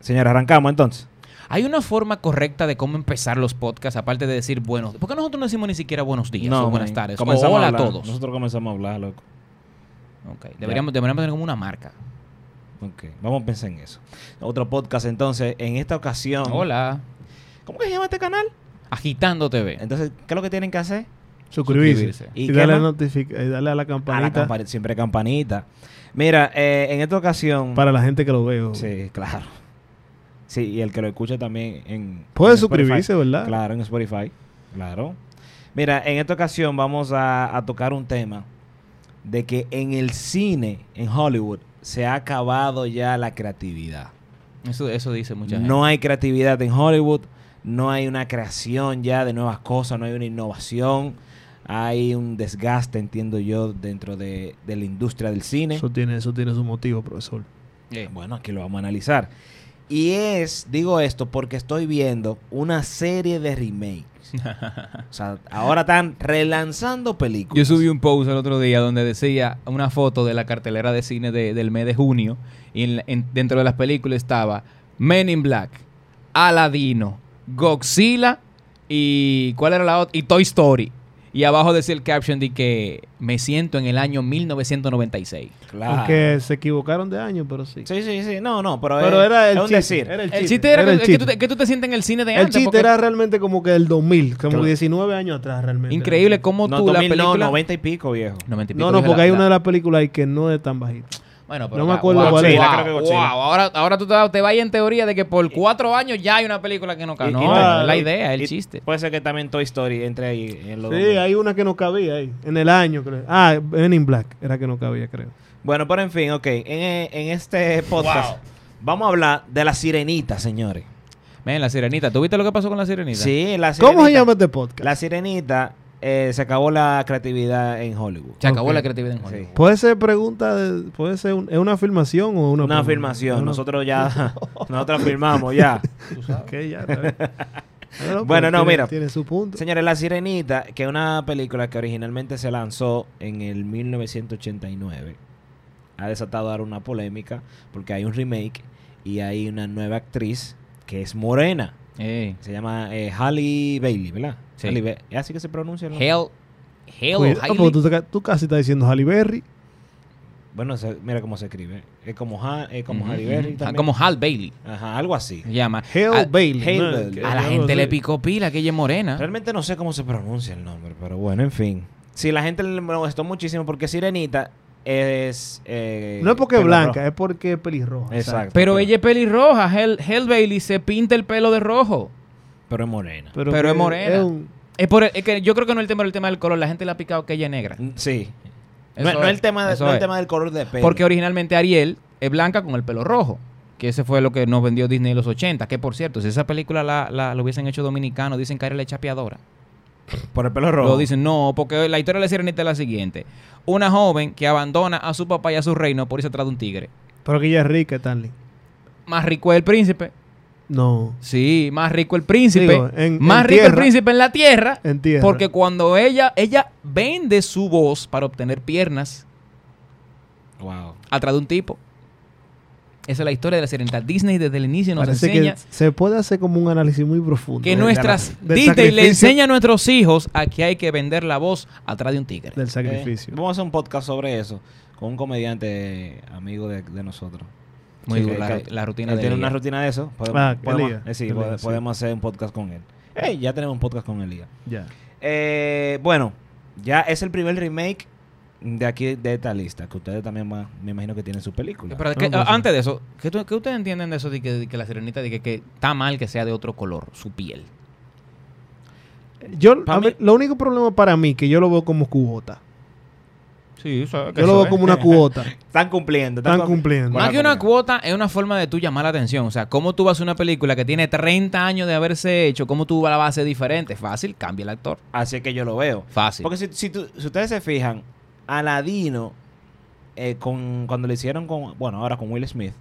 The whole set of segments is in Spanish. Señores, arrancamos entonces. Hay una forma correcta de cómo empezar los podcasts, aparte de decir buenos días. Porque nosotros no decimos ni siquiera buenos días o buenas man, tardes. o comenzamos hola a, hablar. todos. Nosotros comenzamos a hablar, loco. Ok, Deberíamos, deberíamos tener como una marca. Ok, vamos a pensar en eso. Otro podcast entonces, en esta ocasión. Hola. ¿Cómo que se llama este canal? Agitando TV. Entonces, ¿qué es lo que tienen que hacer? Suscribirse. Suscribirse. Y, ¿Y qué dale, a más? notific- y dale a la A la campanita campani- siempre campanita. Mira, eh, en esta ocasión. para la gente que lo veo. Sí, claro. Sí, y el que lo escucha también en. Puede en Spotify. suscribirse, ¿verdad? Claro, en Spotify. Claro. Mira, en esta ocasión vamos a, a tocar un tema de que en el cine, en Hollywood, se ha acabado ya la creatividad. Eso, eso dice mucha gente. No hay creatividad en Hollywood, no hay una creación ya de nuevas cosas, no hay una innovación, hay un desgaste, entiendo yo, dentro de, de la industria del cine. Eso tiene, eso tiene su motivo, profesor. Eh, Bueno, aquí lo vamos a analizar. Y es, digo esto porque estoy viendo una serie de remakes. o sea, ahora están relanzando películas. Yo subí un post el otro día donde decía una foto de la cartelera de cine de- del mes de junio y en la- en- dentro de las películas estaba Men in Black, Aladino, Godzilla y ¿cuál era la otra? Y Toy Story. Y abajo decía el caption de que me siento en el año 1996. Claro. Aunque se equivocaron de año, pero sí. Sí, sí, sí. No, no, pero, Pero es- era el es un chiste. decir. Era el El chiste, chiste era, el que, que tú chiste. te, que tú te sientes en el cine de El antes. chiste porque era realmente como que del 2000, como Claro. 19 años atrás realmente. increíble cómo No, tú la 2000, no, película... 90 y pico, viejo. 90 y pico, No, no, dije porque la- hay la- una de las películas ahí que no es tan bajita. Bueno, No me acuerdo wow, cuál wow, es. Godzilla, creo que Godzilla. wow, ahora, ahora tú te, te vas en teoría de que por cuatro años ya hay una película que no Y- ganó. y- No, y- es la idea, es Y el chiste. Puede ser que también Toy Story entre ahí en los Sí, 2000. hay una que no cabía ahí, en el año, creo. Ah, Men in Black, era que no cabía, creo. Bueno, pero en fin, ok. En, en este podcast vamos a hablar de la sirenita, señores. Ven, la sirenita. ¿Tú viste lo que pasó con la sirenita? Sí, la sirenita. ¿Cómo se llama este podcast? La sirenita eh, se acabó la creatividad en Hollywood. Se acabó Ok. la creatividad en Hollywood. Sí. Puede ser pregunta, de- puede ser un- ¿es una afirmación o una Una pregunta? afirmación. Una- Nosotros ya. nosotros firmamos ya. Ok, ya, está bien. pero Bueno, no, tiene- mira. Tiene su punto. Señores, La Sirenita, que es una película que originalmente se lanzó en el 1989, ha desatado ahora una polémica porque hay un remake y hay una nueva actriz que es morena. Eh, Se llama eh, Halle Bailey, ¿verdad? Sí. Halle Ba- ¿Es así que se pronuncia? el nombre? Hell. Hell. Cuidado, Hailey. porque tú, te ca- tú casi estás diciendo Halle Berry. Bueno, se- mira cómo se escribe. Es como, ha, es como Ujú, Halle ujú. Berry Ah, también. Como Hal Bailey. Ajá, algo así. Se llama. Hell a, Bailey. Halle ¿no? Bailey. Que Ah, a la yo gente no le sé. picó pila que ella es morena. Realmente no sé cómo se pronuncia el nombre, pero bueno, en fin. Sí, la gente le molestó muchísimo porque Sirenita es... eh, No es porque es pelo blanca, rojo. es porque es pelirroja. Exacto. Pero ella es pelirroja. Hell, Hell Bailey se pinta el pelo de rojo. eh. Pero es morena. pero que es morena. un- Es por el- es que yo creo que no es el tema, el tema del color. La gente le ha picado que ella es negra. Mm, Sí. Eso no no es, el tema, de- eso no es el es. tema del color de pelo. Porque originalmente Ariel es blanca con el pelo rojo. Que ese fue lo que nos vendió Disney en los 80. Que por cierto, si esa película la, la, la hubiesen hecho dominicanos, dicen que Ariel es chapeadora. Por el pelo rojo. Lo dicen, no, porque la historia de la sirenita es la siguiente: una joven que abandona a su papá y a su reino por irse atrás de un tigre. Pero que ella es rica, Stanley. Más rico es el príncipe. No. Sí, más rico el príncipe. Digo, en- más en rico el tierra. príncipe en la tierra. En tierra. Porque cuando ella, ella vende su voz para obtener piernas Wow. atrás de un tipo. Esa es la historia de la sirenita. Disney desde el inicio nos Parece enseña. que se puede hacer como un análisis muy profundo. que del- nuestras del Disney le sacrificio- enseña a nuestros hijos a que hay que vender la voz atrás de un tigre. Del sacrificio. Eh, Eh, vamos a hacer un podcast sobre eso con un comediante amigo de, de nosotros. Muy Sí, duro, que- la, que- la rutina él de tiene ella. una rutina de eso. Podemos, Ah, podemos- Elías. eh, sí, Elías, pode- sí. podemos hacer un podcast con él. Ey, ya tenemos un podcast con Elías. Ya. Eh, bueno, ya es el primer remake de aquí, de esta lista, que ustedes también, va- me imagino que tienen su película. Eh, Pero que- ah, Vamos a hacer. antes de eso, ¿qué, tú- qué ustedes entienden de eso de que, de que la sirenita de que, que está mal que sea de otro color, su piel? Yo, Pa' a mí- ver, lo único problema para mí que yo lo veo como cubota. Sí, Yo lo veo como una cubota. Están cumpliendo. Están cum- cumpliendo. Más Buena que una comunidad. cuota, es una forma de tú llamar la atención. O sea, ¿cómo tú vas a una película que tiene 30 años de haberse hecho? ¿Cómo tú la vas a hacer diferente? Fácil, cambia el actor. Así es que yo lo veo. Fácil. Porque si, si tú- si ustedes se fijan, Aladino, eh, con, cuando lo hicieron con, bueno, ahora con Will Smith,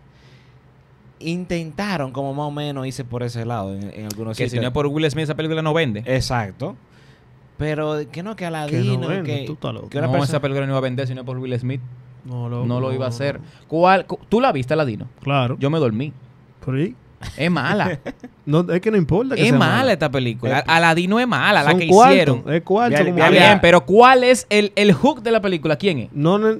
intentaron como más o menos irse por ese lado en, en algunos que si sitios. no es por Will Smith, esa película no vende. Exacto. Pero que no, que Que no Aladino, que, vende, tú estás loco. que no, una persona- esa película no iba a vender si no es por Will Smith. No, No lo iba a hacer. ¿Cuál? cu- ¿Tú la viste, Ladino? Claro. Yo me dormí. Pero, ¿y? Es mala. No, es que no importa. Que es sea mala, esta película. Es- Aladino es mala, la Son que cuarto, hicieron. Es cuarto. Veale, como Está veale. quiera. bien, pero ¿cuál es el, el hook de la película? ¿Quién es? No, no,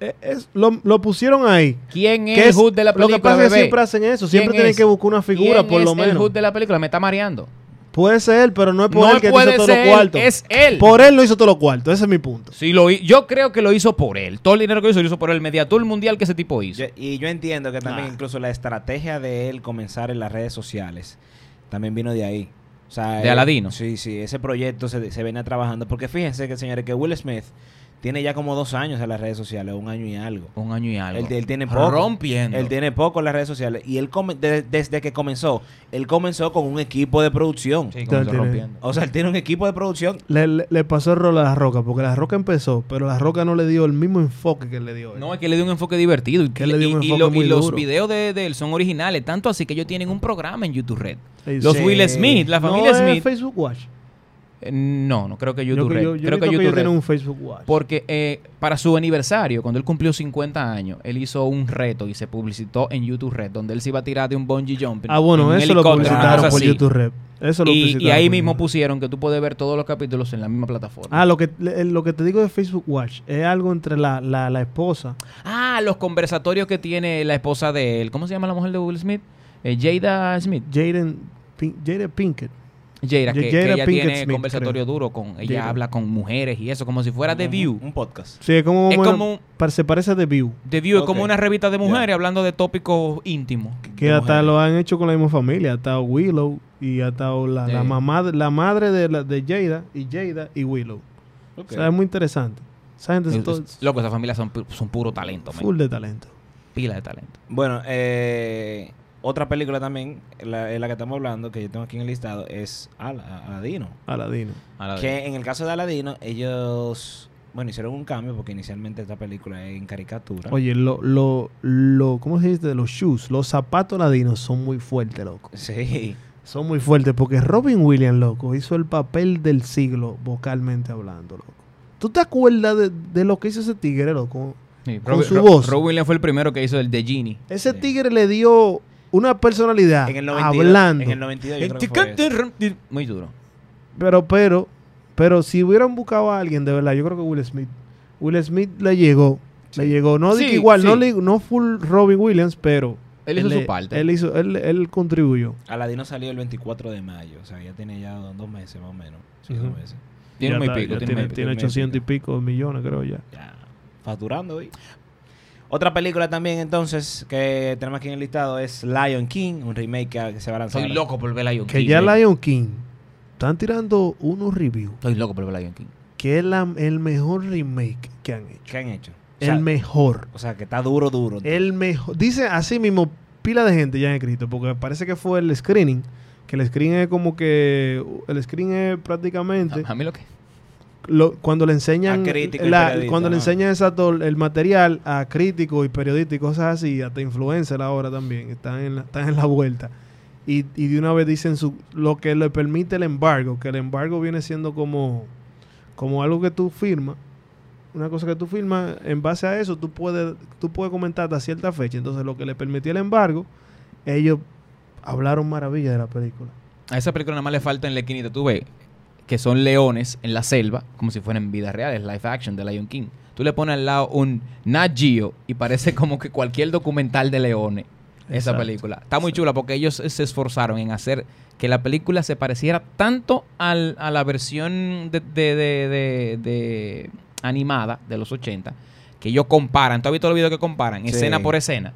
eh, es- lo, lo pusieron ahí. ¿Quién ¿Qué es el hook de la lo película? que pasa es que bebé? siempre hacen eso. ¿Quién Siempre tienen es? que buscar una figura, ¿Quién por lo es el menos. hook de la película? Me está mareando. Puede ser él, pero no es por No él que hizo puede todos ser los él, cuartos. es él. Por él no hizo todos los cuartos. Ese es mi punto. Sí, lo, hi- yo creo que lo hizo por él. Todo el dinero que hizo lo hizo por él. Mediatul mundial que ese tipo hizo. Yo- y yo entiendo que también Ah. incluso la estrategia de él comenzar en las redes sociales también vino de ahí. O sea, De eh, Aladino. Sí, sí, ese proyecto se, se venía trabajando. Porque fíjense que, señores, que Will Smith tiene ya como dos años en las redes sociales, un año y algo. Un año y algo. Él, él tiene poco. Rompiendo. Él tiene poco en las redes sociales. Y él come- de- desde que comenzó, él comenzó con un equipo de producción. Sí, comenzó Él tiene- rompiendo. O sea, él tiene un equipo de producción. Le, le- le pasó el rol a la roca, porque la roca empezó, pero la roca no le dio el mismo enfoque que él le dio. él. No, es que le dio un enfoque divertido. Y, Que le dio un y- y enfoque lo- y muy los duro. videos de, de él son originales. Tanto así que ellos tienen un programa en YouTube Red. Sí, Los sí. Will Smith, la familia no es Smith. Facebook Watch. Eh, No, no creo que Yo YouTube que Red. yo- yo creo que creo que YouTube ellos Red. tienen un Facebook Watch. Porque eh, para su aniversario, cuando él cumplió 50 años, él hizo un reto y se publicitó en YouTube Red, donde él se iba a tirar de un bungee jumping. ah, bueno, en un eso helicóptero, lo una publicitaron cosa por así. YouTube Red. Eso lo Y, publicitaron y ahí por mismo YouTube Red. pusieron que tú puedes ver todos los capítulos en la misma plataforma. Ah, lo que, le- lo que te digo de Facebook Watch es algo entre la, la, la esposa. Ah, los conversatorios que tiene la esposa de él. ¿Cómo se llama la mujer de Will Smith? Eh, Jada Smith. Jaden Pin- Jada Pinkett. Jada, que, Jada que ella Pinkett tiene Smith, conversatorio duro con... Ella Jada. habla con mujeres y eso, como si fuera The Un- View. Un podcast. Sí, es como, Es bueno, como un- par- se parece a The View. The View es como Ok. una revista de Ya. mujeres hablando de tópicos íntimos. Que de hasta mujeres. lo han hecho con la misma familia. Hasta Willow y hasta la, la Sí. mamá, de- la madre de, la, de Jada y Jada y Willow. Ok. O sea, es muy interesante. Esa gente es todo- Loco, esa familia son, pu- son puro talento, man. full de talento. pila de talento. Bueno, eh, otra película también, la, de la que estamos hablando, que yo tengo aquí en el listado, es Al- Aladino. Aladino. Que en el caso de Aladino, ellos, bueno, hicieron un cambio porque inicialmente esta película es en caricatura. Oye, lo, lo, lo, ¿cómo se dice? Los shoes, los zapatos ladinos son muy fuertes, loco. Sí. Son muy fuertes porque Robin Williams, loco, hizo el papel del siglo vocalmente hablando, loco. ¿Tú te acuerdas de, de lo que hizo ese tigre, loco? Sí, con Rob- su Rob- voz. Rob Williams fue el primero que hizo el de Genie. Ese Sí. tigre le dio una personalidad En el 92. Ah, hablando. En el 92 yo creo que fue eso. Muy duro. Pero, pero, pero si hubieran buscado a alguien, de verdad, yo creo que Will Smith. Will Smith le llegó. Le llegó. No di Sí, que igual, sí. no, le- no full Robin Williams, pero. Él hizo le- su parte. Él hizo, él, él contribuyó. Aladino salió el 24 de mayo, o sea, ya tiene ya dos, dos meses más o menos. Sí, dos Ujú. meses. tiene Ya muy está- pico, ya tiene, muy pico. tiene muy 800 y pico millones, creo ya. Ya, facturando hoy. Otra película también entonces que tenemos aquí en el listado es Lion King, un remake que que se va a lanzar. Soy loco por ver Lion King. Que ya man. Lion King están tirando unos reviews Estoy loco por ver Lion King. que es la- el mejor remake que han hecho. ¿Qué han hecho? O sea, El mejor. o sea, que está duro, duro. El mejor. Dice así mismo, pila de gente ya han escrito, porque parece que fue el screening. Que el screening es como que. El screening es prácticamente. A, a mí lo que... lo- cuando le enseñan. A crítico y la- periodista, cuando le ¿no? enseñan exacto el material a críticos y periodistas y cosas así, hasta influencer ahora también. Están en la, están en la vuelta. Y, y de una vez dicen su, lo que le permite el embargo, que el embargo viene siendo como, como algo que tú firmas una cosa que tú firmas, en base a eso tú puedes, tú puedes comentar hasta cierta fecha. Entonces, lo que le permitió el embargo, ellos hablaron maravilla de la película. A esa película nada más le falta en la esquinita, tú ves, que son leones en la selva, como si fueran vidas reales, live action de Lion King. Tú le pones al lado un Nat Geo y parece como que cualquier documental de leones. Esa Exacto. película. Está muy chula porque ellos se esforzaron en hacer que la película se pareciera tanto al- a la versión de, de- de- de- de animada de los 80 que ellos comparan. ¿Tú has visto los videos que comparan? Sí. Escena por escena.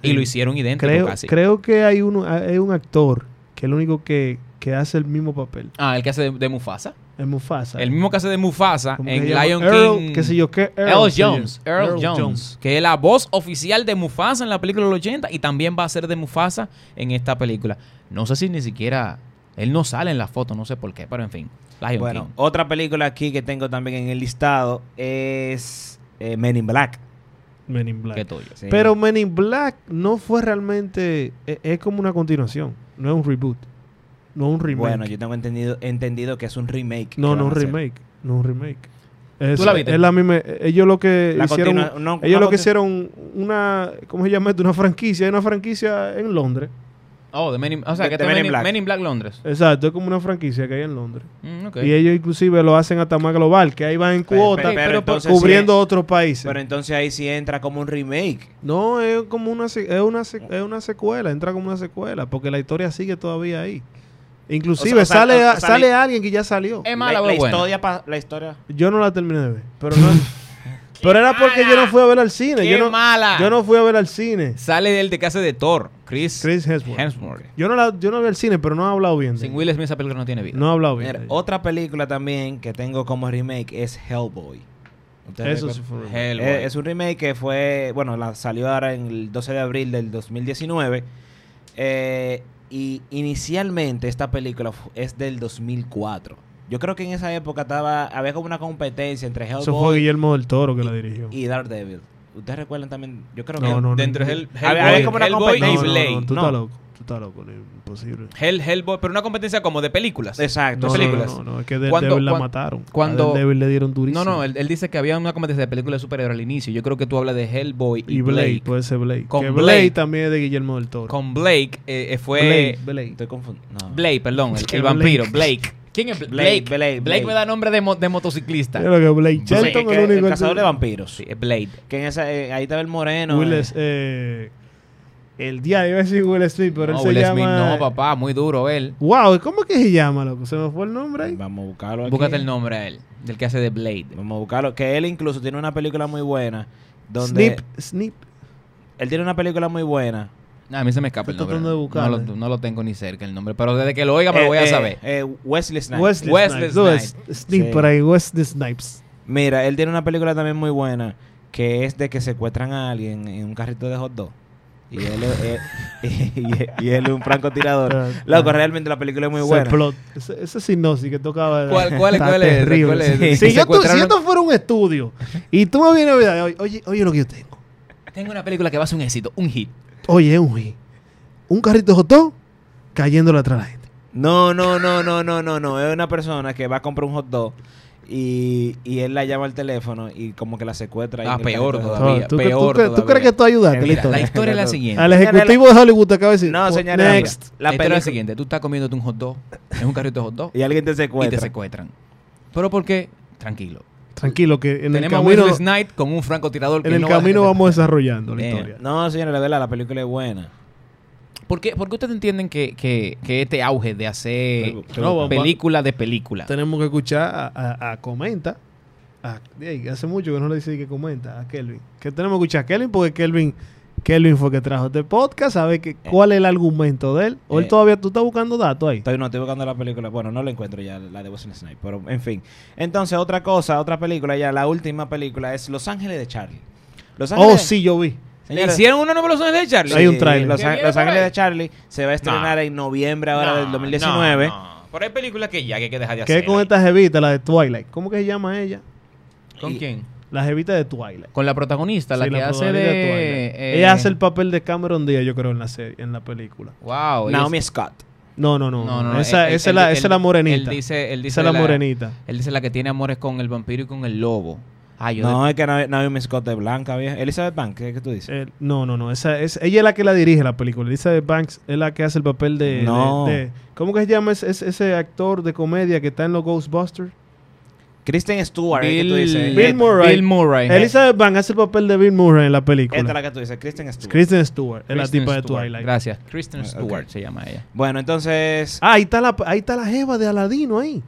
Y Sí. lo hicieron idéntico Creo, casi. creo que hay, uno, hay un actor que es el único que, que hace el mismo papel. Ah, el que hace de- de Mufasa. Es Mufasa. El mismo que hace de Mufasa Como que en se llama Lion Earl, King. qué sé yo, qué, Earl, se llama. Jones, Earl, Jones, que es la voz oficial de Mufasa en la película del 80 y también va a ser de Mufasa en esta película. No sé si ni siquiera él no sale en la foto, no sé por qué, pero en fin. Lion bueno, King. otra película aquí que tengo también en el listado es eh, Men in Black. Men in Black. Qué tuyo. Sí. Pero Men in Black no fue realmente. e- Es, como una continuación. No es un reboot. No es un remake. bueno, yo tengo entendido entendido que es un remake. que No, van no a un hacer. remake. No un remake. Es, ¿Tú la viste? es la misma. Ellos lo que La hicieron. continua- no, una ellos lo que continu- hicieron una. ¿Cómo se llama esto? Una franquicia. Hay una franquicia en Londres. Oh, de Men in, o sea, De- que de este Men in, Black. Men in Black Londres. Exacto, es como una franquicia que hay en Londres. Mm, ok. Y ellos inclusive lo hacen hasta más global, que ahí van en Pero- cuota, pero- pero pero entonces sí cubriendo es- otros países. Pero entonces ahí sí entra como un remake. no, es como una, se- es una, se- es una secuela, entra como una secuela, porque la historia sigue todavía ahí. Inclusive O sea, o sale, sea, a- sale- sale alguien que ya salió. Es mala, la, pero la buena. historia pa- la historia. Yo no la terminé de ver, pero no... pero era porque yo no fui a ver al cine. ¡Qué Yo no, mala! yo no fui a ver al cine. Sale del de casa de Thor, Chris, Chris Hemsworth. Hemsworth. Yo no, la, yo no vi al cine, pero no ha hablado bien. de Sin ella. Will Smith esa película no tiene vida. No ha hablado bien. Mira, de ella. otra película también que tengo como remake es Hellboy. ¿Ustedes Eso recuerdan? sí fue. Hell, Eh, boy. es un remake que fue, bueno, la, salió ahora en el 12 de abril del 2019. Eh, y inicialmente esta película fu- es del 2004. Yo creo que en esa época estaba había como una competencia entre Eso fue Hellboy Guillermo del Toro que la dirigió. y Daredevil. ¿Ustedes recuerdan también? Yo creo No, que... no, Dentro no. es Hell, A ver, a Hellboy, ver, como una Hellboy competencia. y no, no, no, Blade. no, tú No. estás loco. Tú estás loco, no, imposible. Hell, Hellboy, pero una competencia como de películas. Exacto. No, sí. no, películas. no, no, es que Del Cuando- Devil la cuan- mataron. cuando- Del Devil le dieron durísimo. No, no, él, él dice que había una competencia de películas de superhéroes al inicio. Yo creo que tú hablas de Hellboy y, Y Blade, Blake. puede ser Blade. Con que Blade. Blade, también es de Guillermo del Toro. Con Blake eh, eh, fue Blade, Blade. Estoy confundido. No. Blade, perdón, el, Es que el Blake. vampiro, Blake. ¿Quién es Bla- Blake, Blake? Blake, Blake. me da nombre de, mo- de motociclista. Yo creo que Blade Sí, Shelton que el único. el cazador de vampiros. Sí, es Blade. Que en esa, eh, ahí estaba el moreno. Will eh. es, eh, el día iba a decir Will Smith, pero no, él se Will llama. Smith, no, papá, muy duro él. Wow, ¿cómo que se llama, loco? Se me fue el nombre ahí. Vamos a buscarlo aquí. Búscate el nombre a él, del que hace de Blade. Vamos a buscarlo. Que él incluso tiene una película muy buena. Donde Snip, Snip. Él tiene una película muy buena. Ah, a mí se me escapa el Estoy nombre. tratando de no, lo, buscarlo. no lo tengo ni cerca el nombre, pero desde que lo oiga me lo Eh, voy a eh, saber. eh, Wesley Snipes. Wesley, Wesley Snipes. No, es Snipes. Snip Sí. por ahí, Wesley Snipes. Mira, él tiene una película también muy buena que es de que secuestran a alguien en un carrito de hot dog. Y él es, eh, y, y él es un francotirador. Loco, realmente la película es muy Ese buena. plot, ese, ese sinopsis que tocaba. ¿Cuál, cuál, está cuál es? terrible. ¿Cuál es? Sí. Que Si, yo tu- si secuestraron- esto fuera un estudio y tú me vienes a ver, oye, oye, oye lo que yo tengo. Tengo una película que va a ser un éxito, un hit. Oye, es un hit. Un carrito de hot dog cayéndole atrás a la gente. No, no, no, no, no, no, no. Es una persona que va a comprar un hot dog y, y él la llama al teléfono y como que la secuestra. ahí Ah, en el peor carrito de hot dog. Todavía, ¿Tú, cre- peor tú cre- tú todavía. crees que tú ayudaste Eh, la Mira, la historia? historia es la siguiente. Al ejecutivo de Hollywood acaba de decir. No, "Oh, señores, Next. la la historia es película la siguiente. Tú estás comiéndote un hot dog en un carrito de hot dog y alguien te y secuestra. te secuestran. Pero ¿por qué? Tranquilo. Tranquilo, que en el Tenemos a camino, Wesley Snipes con un francotirador que en el no va a- camino vamos desarrollando la Damn. historia. No, señores, la verdad, la película es buena. ¿Por qué, por qué ustedes entienden que, que- que este auge de hacer Estoy bu- estoy No, buscando. vamos- película de película? Tenemos que escuchar a, a- a Comenta. a- ey, hace mucho que no le dice que comenta a Kelvin. Que tenemos que escuchar a Kelvin porque Kelvin, Kelvin fue que trajo este podcast. Sabe Eh. que, cuál es el argumento de él. O él Eh. todavía tú estás buscando datos ahí. Estoy, no, estoy buscando la película. Bueno, no la encuentro ya, la de Wesley Snipes. Pero, en fin. Entonces, otra cosa, otra película ya. La última película es Los Ángeles de Charlie. Los Ángeles Oh, de- sí, yo vi. ¿Le señores, hicieron una nueva versión de Charlie? Hay un tráiler. Los, ¿Que Ang- viene Los por Ángeles ahí? de Charlie se va a estrenar No. en noviembre ahora del 2019. no, no. Pero hay películas que ya que hay que dejar de Que hacer. es con esta jevita, la de Twilight. ¿Cómo que se llama ella? ¿Con Y- quién? La jevita de Twilight. Con la protagonista, la Sí, que hace de... protagonista Twilight. eh, Ella hace el papel de Cameron Díaz, yo creo, en la serie, en la película. Wow. ella Naomi es- Scott. No, no, no. No, no, no. no, Esa él- esa él- es la- él- esa es la Él morenita. Esa dice, él dice es la morenita. Él dice la que tiene amores con el vampiro y con el lobo. Ah, yo No, es que Naomi- Naomi Scott es blanca, vieja. Elizabeth Banks, ¿qué es que tú dices? Eh, no, no, no. Esa, es, ella es la que la dirige la película. Elizabeth Banks es la que hace el papel de. No. de- de- ¿Cómo que se llama ese, ese- ese actor de comedia que está en los Ghostbusters? Kristen Stewart, ¿qué Bill- tú dices? Eh, Bill Esta- Murray. Bill Murray. Elizabeth Banks hace el papel de Bill Murray en la película. Esta es la que tú dices, Kristen Es Stewart. Kristen Stewart, es la Kristen tipa de Stewart. Twilight. Gracias. Kristen Ah, ok. Stewart se llama ella. Bueno, entonces... Ah, ahí está, la, ahí está la jeva de Aladino ahí.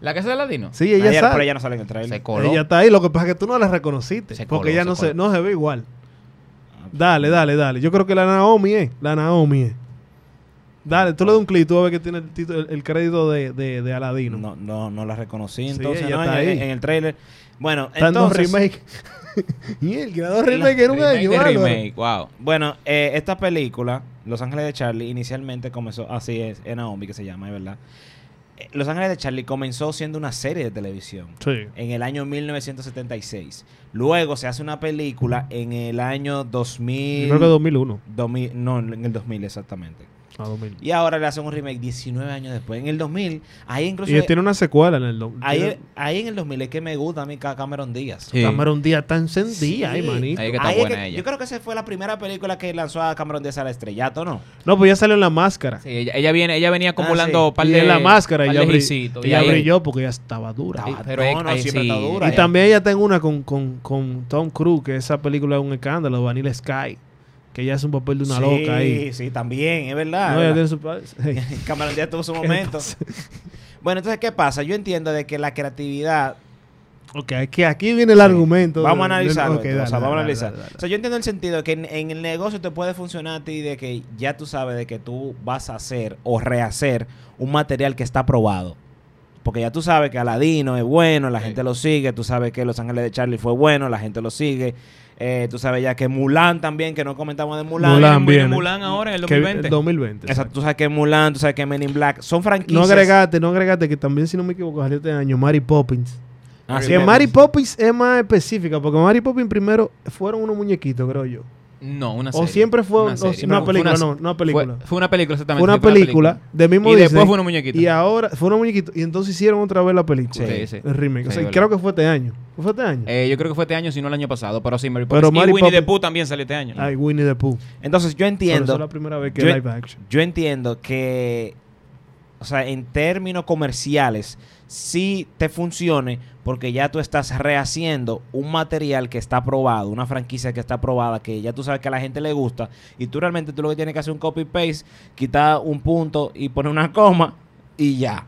¿La casa de Ladino? Sí, ella Ayer, pero sabe. ella no sale en el trailer. Se coló. Ella está ahí. Lo que pasa es que tú no la reconociste. Se coló, porque ella se no se, coló. no se ve igual. Dale, dale, dale. Yo creo que la Naomi es. La Naomi es. Dale, tú le das un clic, tú vas a ver que tiene el, título- el- el crédito de, de, de Aladino. No, no, no la reconocí Sí, entonces ella ¿no? en, está ahí. en el trailer. Bueno, Dando entonces, remake. y el creador remake era un Remake año. de bárbaro. remake, wow. bueno, eh, esta película, Los Ángeles de Charlie, inicialmente comenzó, así es, es Naomi que se llama, es verdad. Eh, Los Ángeles de Charlie comenzó siendo una serie de televisión Sí. en el año 1976. Luego se hace una película en el año Yo 2000, creo que 2001. 2000 no, en el 2000 exactamente. A 2000. Y ahora le hacen un remake 19 años después. En el 2000, ahí incluso. Y tiene una secuela en el... do- ahí, tiene- ahí en el 2000 es que me gusta a mí Ca- Cameron Díaz. Sí. Cameron Díaz está Sí. encendida, ahí, manito. Ahí que está es buena ella. Yo creo que esa fue la primera película que lanzó a Cameron Díaz al estrellato, ¿no? No, pues ya salió en la máscara. Sí, ella, ella viene, ella venía acumulando sí. par Ah, y de en la máscara par ella, de brill- hicitos, y ella ahí- brilló porque ya estaba dura. Estaba- pero no, no, ahí siempre sí. está dura. y también ella está en una con, con- con Tom Cruise, que esa película es un escándalo, Vanilla Sky, que ella hace un papel de una sí, loca ahí. Sí, también, es No, verdad. ella ¿verdad? tiene su pa- sí. Cameron Díaz tuvo su ¿Qué le momento. pasa? Bueno, entonces, ¿qué pasa? Yo entiendo de que la creatividad Ok, aquí, aquí viene el argumento. Vamos a del- del- analizarlo. ok, entonces, dale, o sea, vamos a dale, analizar. dale, dale, O sea, yo entiendo el sentido de que en, en el negocio te puede funcionar a ti de que ya tú sabes de que tú vas a hacer o rehacer un material que está probado. Porque ya tú sabes que Aladino es bueno, la Sí. gente lo sigue, tú sabes que Los Ángeles de Charlie fue bueno, la gente lo sigue. Eh, tú sabes ya que Mulan también, que no comentamos de Mulan. Mulan, Viene viene. Mulan ahora en el Que- 2020. 2020, Exacto, tú sabes que Mulan, tú sabes que Men in Black. Son No franquicias. agregaste, no agregaste, que también, si no me equivoco, salió este año Mary Poppins. Ah, sí, que me- Mary Poppins es más específica, porque Mary Poppins primero fueron unos muñequitos, creo yo. No, una O serie. siempre fue o- una, o serie. si- una No, fue película, una- no, una película. Fue, fue una película, Fue exactamente. una película de mismo Y Disney, después fue una muñequita. y ahora fueron muñequitos y entonces hicieron otra vez la película. Sí, sí. El remake. O Sí, sea, verdad. creo que fue este año. ¿Fue este año? Eh, yo creo que fue este año, si no el año pasado. Pero sí, Mary Pero Poppins. Mary y Winnie the Poppins- Pooh también salió este año. Ay, Winnie the Pooh. Entonces yo Pero esa es entiendo. la primera vez que Yo- live action. Yo entiendo que, o sea, en términos comerciales, sí te funcione porque ya tú estás rehaciendo un material que está aprobado, una franquicia que está aprobada, que ya tú sabes que a la gente le gusta, y tú realmente tú lo que tienes que hacer es un copy-paste, quitar un punto y poner una coma y ya,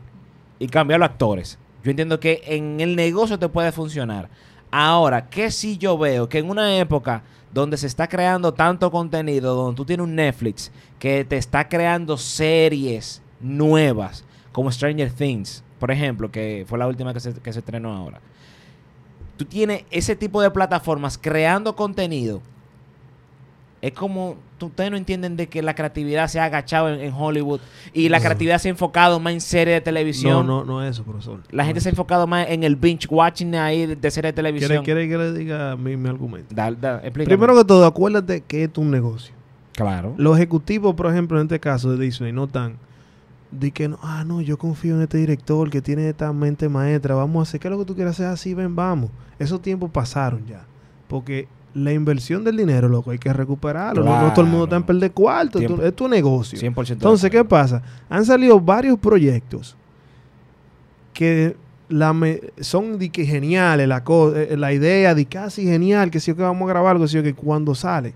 y cambiar los actores. Yo entiendo que en el negocio te puede funcionar. Ahora, que si yo veo que en una época donde se está creando tanto contenido, donde tú tienes un Netflix que te está creando series nuevas, como Stranger Things, por ejemplo, que fue la última que se, que se estrenó ahora. Tú tienes ese tipo de plataformas creando contenido. Es como, tú- ustedes no entienden de que la creatividad se ha agachado en, en Hollywood y la No. creatividad se ha enfocado más en series de No, televisión. no, no es eso, profesor. La gente No se ha enfocado más en el binge watching ahí de- de series de es. televisión. ¿Quiere, quiere que le diga mi, mi argumento? Da- da- explícame. Primero que todo, acuérdate que esto es un negocio. claro. Los ejecutivos, por ejemplo, en este caso de Disney, no tan. Di que no, ah, no, yo confío en este director que tiene esta mente maestra. Vamos a hacer que lo que tú quieras hacer así, ven, vamos. Esos tiempos pasaron ya. Porque la inversión del dinero, loco, hay que recuperarlo. No- No, todo el mundo está en Claro. perder cuarto. Tiempo- tú- es tu negocio. 100% de Entonces, ¿qué acuerdo. pasa? Han salido varios proyectos que la me- son de que geniales, la, co- eh, la idea de casi genial, que si yo que vamos a grabar algo, que si yo que cuando sale,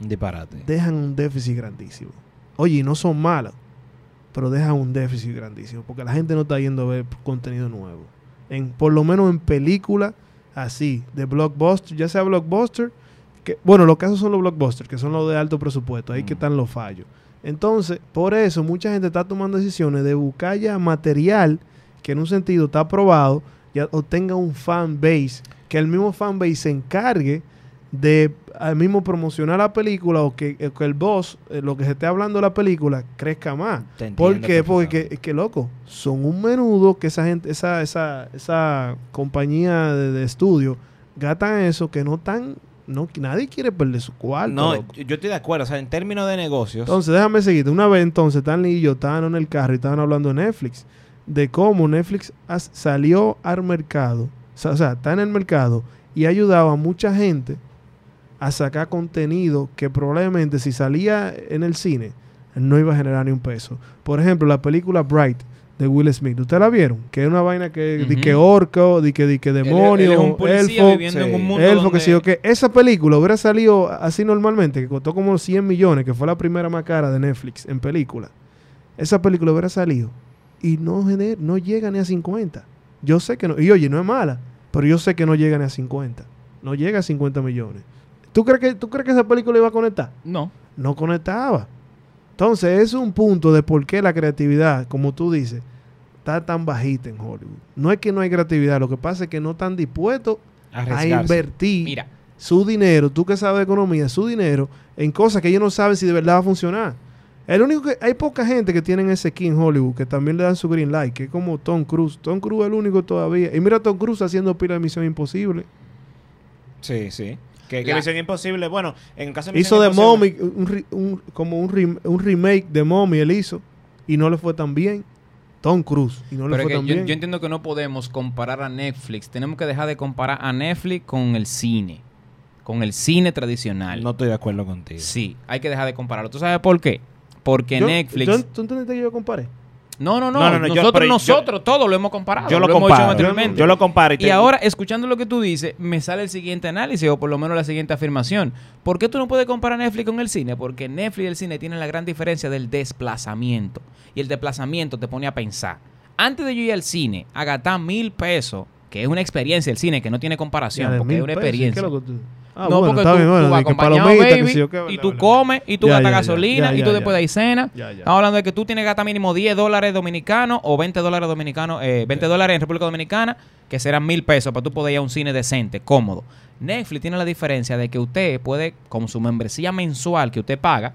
Un disparate. dejan un déficit grandísimo. Oye, y no son malas, pero dejan un déficit grandísimo, porque la gente no está yendo a ver contenido nuevo. En, por lo menos en películas así, de blockbuster, ya sea blockbuster, que, bueno, los casos son los blockbusters, que son los de alto presupuesto, ahí que Mm. están los fallos. Entonces, por eso mucha gente está tomando decisiones de buscar ya material que en un sentido está aprobado ya, o tenga un fan base, que el mismo fan base se encargue de al mismo promocionar la película o que, o que el boss, eh, lo que se esté hablando de la película, crezca más. Te entiendo ¿Por qué? Porque, perfectamente. que, loco, son un menudo que esa gente, esa, esa, esa compañía de, de estudio gastan eso que no tan, no, que nadie quiere perder su cuarto. No, loco. yo yo estoy de acuerdo. O sea, en términos de negocios. Entonces, déjame seguirte. Una vez entonces, Stanley y yo estábamos en el carro y estaban hablando de Netflix, de cómo Netflix as- salió al mercado, o sea, o sea, está en el mercado y ha ayudado a mucha gente a sacar contenido que probablemente si salía en el cine no iba a generar ni un peso. Por ejemplo, la película Bright de Will Smith, ¿ustedes la vieron? Que es una vaina que di Ujú. que orco, di que di que Él- él demonio, es un policía elfo, viviendo en sí. un mundo Elfo, que donde- sé yo que Esa película hubiera salido así normalmente, que costó como 100 millones, que fue la primera más cara de Netflix en película. Esa película hubiera salido y no, gener- no llega ni a 50. Yo sé que no. Y oye, no es mala, pero yo sé que no llega ni a 50. No llega a 50 millones. ¿Tú crees que, tú crees que esa película iba a conectar? No. no conectaba. Entonces, es un punto de por qué la creatividad, como tú dices, está tan bajita en Hollywood. No es que no hay creatividad, lo que pasa es que no están dispuestos a Arriesgarse. invertir Mira, su dinero, tú que sabes de economía, su dinero en cosas que ellos no saben si de verdad va a funcionar. El único que hay poca gente que tienen ese skin en Hollywood que también le dan su green light, que es como Tom Cruise. Tom Cruise es el único todavía. Y mira a Tom Cruise haciendo pila de Misión Imposible. Sí, sí. Que, que La- Misión Imposible, bueno, en el caso de Hizo Misión de Imposible- Mommy, un re- un- como un, rem- un remake de Mommy, él hizo, y no le fue tan bien. Tom Cruise, y no le Pero es fue que tan yo, bien. yo entiendo que no podemos comparar a Netflix. Tenemos que dejar de comparar a Netflix con el cine. Con el cine tradicional. No estoy de acuerdo contigo. Sí, hay que dejar de compararlo. ¿Tú sabes por qué? Porque Yo- Netflix... yo- ¿Tú entendiste que yo comparé? no, no, no, No, no, no, yo- Nosotros, pero yo- nosotros, todos lo hemos comparado. Yo lo, hemos hecho comparo. anteriormente. Yo lo comparo. Y ahora, escuchando lo que tú dices, me sale el siguiente análisis o por lo menos la siguiente afirmación. ¿Por qué tú no puedes comparar Netflix con el cine? Porque Netflix y el cine tienen la gran diferencia del desplazamiento. Y el desplazamiento te pone a pensar. Antes de yo ir al cine a gastar mil pesos, que es una experiencia el cine que no tiene comparación, Ya, de porque mil es una pesos, ¿y qué experiencia. es lo que tú- Ah, no, bueno, porque está tú, bien, bueno, tú vas de que acompañado, palomita, que baby, sí, yo qué, y bla, tú bla, bla. comes, y tú Ya, gastas ya, ya. gasolina, Ya, y ya, tú ya. después de ahí cena. Ya, ya. Estamos hablando de que tú tienes que gastar mínimo 10 dólares dominicanos o 20 dólares dominicanos, eh, 20 dólares en República Dominicana, que serán mil pesos para tú poder ir a un cine decente, cómodo. Netflix tiene la diferencia de que usted puede, con su membresía mensual que usted paga,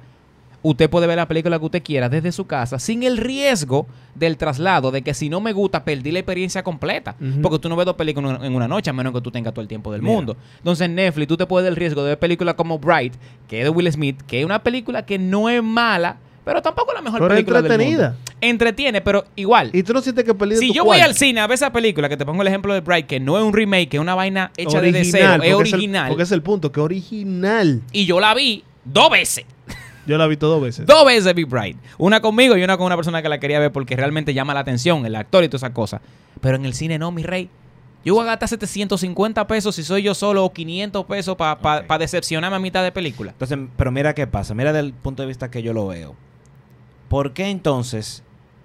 usted puede ver la película que usted quiera desde su casa sin el riesgo del traslado de que si no me gusta perdí la experiencia completa Ujú. porque tú no ves dos películas en una- en una noche a menos que tú tengas todo el tiempo del Mira. mundo entonces Netflix tú te puedes dar el riesgo de ver películas como Bright que es de Will Smith que es una película que no es mala pero tampoco es la mejor Pero es película del entretenida. mundo. entretiene pero igual Y tú no sientes que perdiste si tu yo voy cuarto. al cine a ver esa película que te pongo el ejemplo de Bright que no es un remake que es una vaina hecha original, desde cero es porque el- original porque es el punto, que original. y yo la vi dos veces Yo la he visto dos veces. Dos veces Be Bright. Una conmigo y una con una persona que la quería ver porque realmente llama la atención, el actor y todas esas cosas. Pero en el cine no, mi rey. Yo voy a gastar 750 pesos si soy yo solo o 500 pesos para Ok. decepcionarme a mitad de película. Entonces, pero mira qué pasa, mira del punto de vista que yo lo veo. ¿Por qué entonces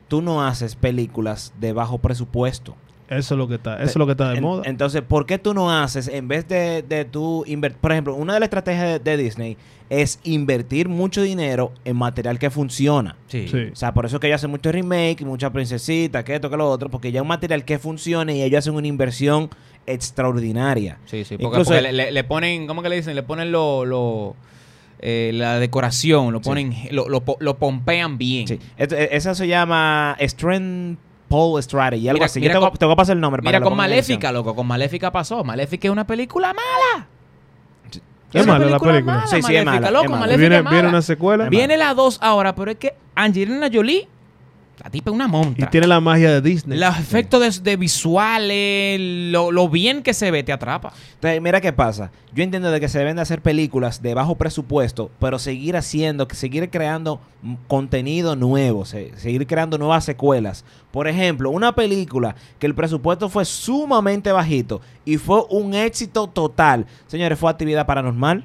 tú no haces películas de bajo presupuesto? Eso es lo que está, eso es lo que está de En- moda. Entonces, ¿por qué tú no haces, en vez de, de tú invertir, por ejemplo, una de las estrategias de, de Disney es invertir mucho dinero en material que funciona? Sí. O sea, por eso es que ellos hacen muchos remake, muchas princesitas, que esto, que lo otro, porque ya es un material que funciona y ellos hacen una inversión extraordinaria. Sí, sí, porque, Incluso- porque le, le- le ponen, ¿cómo que le dicen? Le ponen lo, lo, eh, la decoración, lo Sí. ponen, lo, lo po- lo pompean bien. Sí. Esto- e- esa se llama Strength Pole Strategy, algo Mira- así. mira Yo te, voy- con- te voy a pasar el nombre. para Mira, que lo con pongan en edición. Maléfica, loco, con Maléfica pasó. Maléfica es una película mala. Es una mala la película. mala, Sí, sí, es Maléfica, mala, es loco, mala. Maléfica Viene, es mala. viene una secuela Bien. Viene la 2 ahora, pero es que Angelina Jolie, la tipa es una y monta. tiene la magia de Disney. Los efectos de, de visuales, lo, lo bien que se ve, te atrapa. Entonces, mira qué pasa. Yo entiendo de que se deben de hacer películas de bajo presupuesto, pero seguir haciendo, que seguir creando mm, contenido nuevo, se- seguir creando nuevas secuelas. Por ejemplo, una película que el presupuesto fue sumamente bajito y fue un éxito total. Señores, fue actividad paranormal.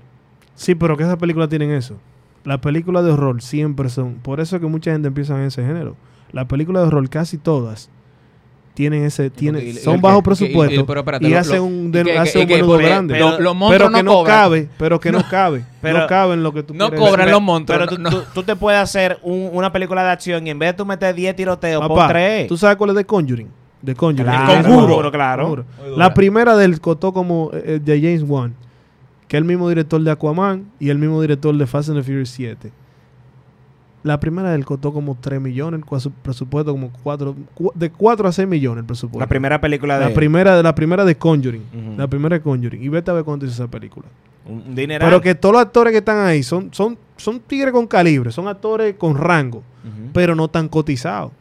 Sí, pero que esas películas tienen eso. Las películas de horror siempre son. Por eso es que mucha gente empieza en ese género. Las películas de horror, casi todas, tienen ese, tienen, y- y- son y- bajo y- presupuesto. y- pero espérate, y lo- hacen lo- un, y de- que- hacen que- un que- vuelo pero- grande. pero Pero, los monstruos que no no cobran. cabe, pero que no, cabe. pero- no cabe en lo que tú No quieres cobran ver. los monstruos. Pero no- tú, no. tú- tú te puedes hacer un- una película de acción y en vez de tú meter 10 tiroteos, pon Papá, 3. ¿tú sabes cuál es de Conjuring? De Conjuring. Claro, El Conjuro, claro. La primera del cotó como eh, de James Wan, que es el mismo director de Aquaman y el mismo director de Fast and the Furious 7. La primera del cotó como 3 millones, con su presupuesto como 4, de 4 a 6 millones el presupuesto. La primera película de la primera de la primera de Conjuring, Ujú. la primera de Conjuring y vete a ver cuánto hizo esa película. un un dineral. Pero que todos los actores que están ahí son son son tigres con calibre, son actores con rango, Ujú. pero no tan cotizados.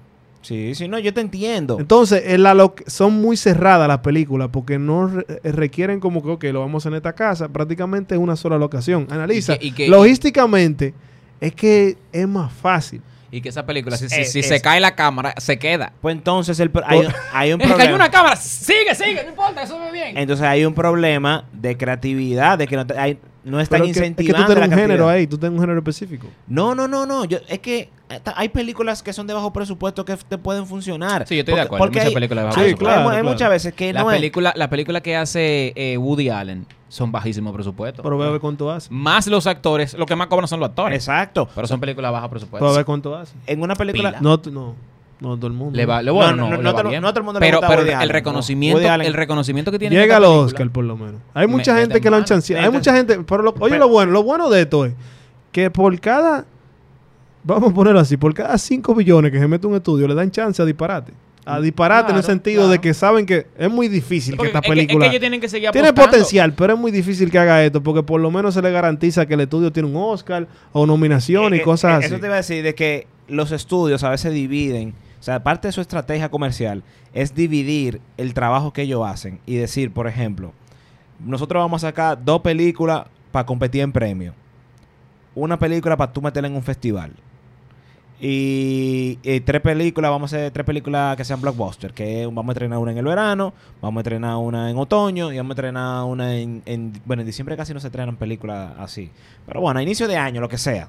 Sí, sí, no, yo te entiendo. Entonces, en la loc- son muy cerradas las películas porque no re- eh, requieren como que, ok, lo vamos a hacer en esta casa, prácticamente es una sola locación. Analiza, Y que- y que- logísticamente es que es más fácil. Y que esa película, si, si- Eh, si es- se cae la cámara, se queda. Pues entonces el, pro- hay, hay un Es que cayó problema. una cámara, sigue, sigue, no importa, eso ve bien. Entonces hay un problema de creatividad, de que no, te- hay- no están Pero es, que, es que tú incentivando tienes la un cantidad. género ahí, tú tienes un género específico. No, no, no, no. Yo- es que hasta hay películas que son de bajo presupuesto que te pueden funcionar. Sí, yo estoy de acuerdo, hay muchas películas de bajo hay- presupuesto. Sí, hay- claro, hay claro. muchas veces que La no es. película, la película que hace eh, Woody Allen son bajísimos presupuesto. Pero ve a ver cuánto hace. más los actores, lo que más cobran son los actores. Exacto. Pero son películas bajas Pero a presupuesto. ver cuánto hace. En una película. Pila. No, t- no, no todo el mundo. Le va, le, No, bueno, no, no, no, le no va todo- bien. no todo el mundo le pero, gusta pero Woody el Allen, reconocimiento, no. Woody Allen. el reconocimiento que tiene Llega esta a los película- Oscar, por lo menos. Hay Me- mucha me gente que lo han desmano. chanceado. Hay Entonces- mucha gente. Pero lo- oye, Pero- lo bueno, lo bueno de esto es que por cada. Vamos a ponerlo así: por cada 5 billones que se mete un estudio, le dan chance a disparate. Mm. a disparate en Claro, el sentido claro. de que saben que es muy difícil Porque que esta es que- película es que ellos tienen que seguir tiene apostando. potencial, pero es muy difícil que haga esto porque por lo menos se le garantiza que el estudio tiene un Oscar o nominación y Eh, cosas eh, así. Eso te iba a decir, de que los estudios a veces dividen, o sea, parte de su estrategia comercial es dividir el trabajo que ellos hacen y decir, por ejemplo, nosotros vamos a sacar dos películas para competir en premio, una película para tú meterla en un festival. Y, eh, tres películas, vamos a hacer tres películas que sean blockbuster, que vamos a entrenar una en el verano, vamos a entrenar una en otoño y vamos a entrenar una en, en- Bueno, en diciembre casi no se entrenan películas así. Pero bueno, a inicio de año, lo que sea.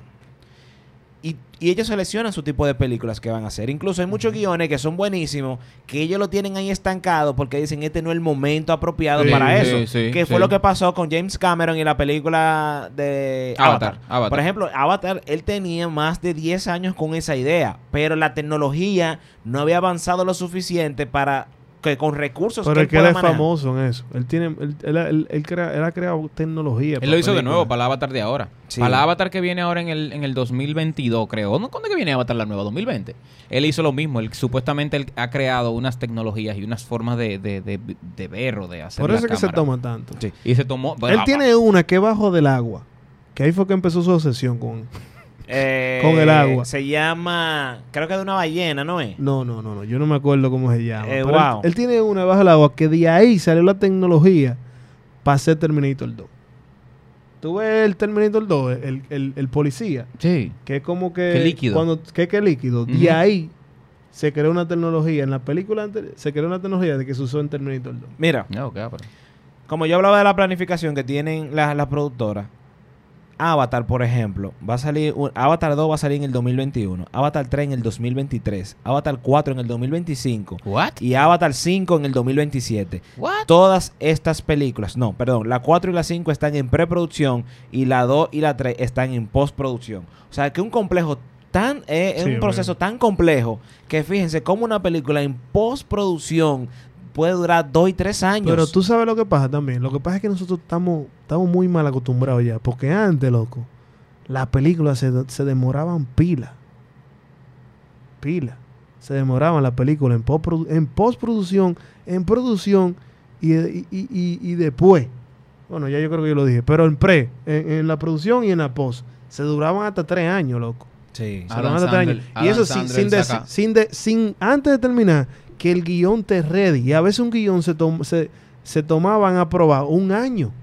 Y, y ellos seleccionan su tipo de películas que van a hacer. Incluso hay muchos guiones que son buenísimos, que ellos lo tienen ahí estancado porque dicen este no es el momento apropiado Sí, para sí, eso. sí, que sí. fue lo que pasó con James Cameron y la película de Avatar, Avatar. Avatar. Por ejemplo, Avatar, él tenía más de 10 años con esa idea, pero la tecnología no había avanzado lo suficiente para que con recursos Pero que es él que él pueda es manejar. famoso en eso. Él tiene, él, él- él- él crea- él ha creado tecnología. Él lo hizo de nuevo películas. para el Avatar de ahora. Sí. Para el Avatar que viene ahora en el, en el 2022, creo. ¿No? ¿Cuándo es que viene Avatar la nueva? 2020. Él hizo lo mismo. Él, supuestamente él ha creado unas tecnologías y unas formas de, de, de, de ver o de hacer Por la eso es que se cámara. toma tanto. Sí. Y se tomó... bueno, él ah, tiene una que es bajo del agua. Que ahí fue que empezó su obsesión con. Eh, Con el agua. Se llama, creo que de una ballena, ¿no es? No, no, no, no. Yo no me acuerdo cómo se llama. Eh, pero él- wow. él, tiene una bajo del agua que de ahí salió la tecnología para hacer Terminator 2. Tú ves el Terminator 2, el, el- el policía, Sí. que es como que. ¿Qué líquido? Cuando, que, que líquido. Ujú. De ahí se creó una tecnología. En la película anterior se creó una tecnología de que se usó en Terminator 2. Mira, No, ah, cabrón. como yo hablaba de la planificación que tienen las las productoras, Avatar, por ejemplo, va a salir, un- Avatar 2 va a salir en el 2021, Avatar 3 en el 2023, Avatar 4 en el 2025 ¿What? y Avatar 5 en el 2027. ¿What? Todas estas películas, no, perdón, la 4 y la 5 están en preproducción y la 2 y la 3 están en postproducción. O sea, que un complejo tan eh, es Sí, un proceso tan complejo que fíjense cómo una película en postproducción puede durar 2 y 3 años. Pero tú sabes lo que pasa también. Lo que pasa es que nosotros estamos, estamos muy mal acostumbrados ya. Porque antes, loco, las películas se, se demoraban pila. Pila. Se demoraban las películas en, postprodu- en postproducción, en producción y, y- y- y- y después. Bueno, ya yo creo que yo lo dije. Pero en pre, en, en la producción y en la post. Se duraban hasta tres años, loco. Sí. Se Adam duraban hasta tres Sandler, años. Adam Y eso sin, Sandler sin, de- saca- sin, de- sin- antes de terminar, que el guión te ready. Y a veces un guión se, tom- se, se tomaban a probar un año.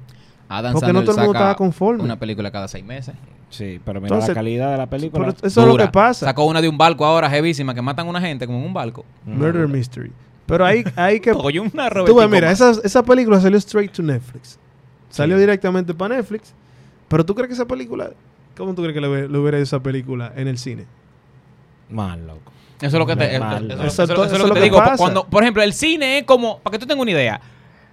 Adam porque no Sandler todo el mundo saca estaba conforme. Una película cada seis meses. Sí, pero mira Entonces, la calidad de la película. Pero eso es lo Dura. que pasa. Sacó una de un barco ahora, jevísima, que matan a una gente como en un barco. Murder Mystery. Pero ahí, ahí que... Oye, una Tú ves, Robertico mira, más. esa, esa película salió straight to Netflix. Salió Sí. directamente para Netflix. Pero tú crees que esa película... ¿Cómo tú crees que le, hubie- le hubiera ido esa película en el cine? Mal, loco. Eso es lo que te, eso- Mal. eso- eso- eso es lo que te que digo. pasa. Cuando, por ejemplo, el cine es como, para que tú tengas una idea,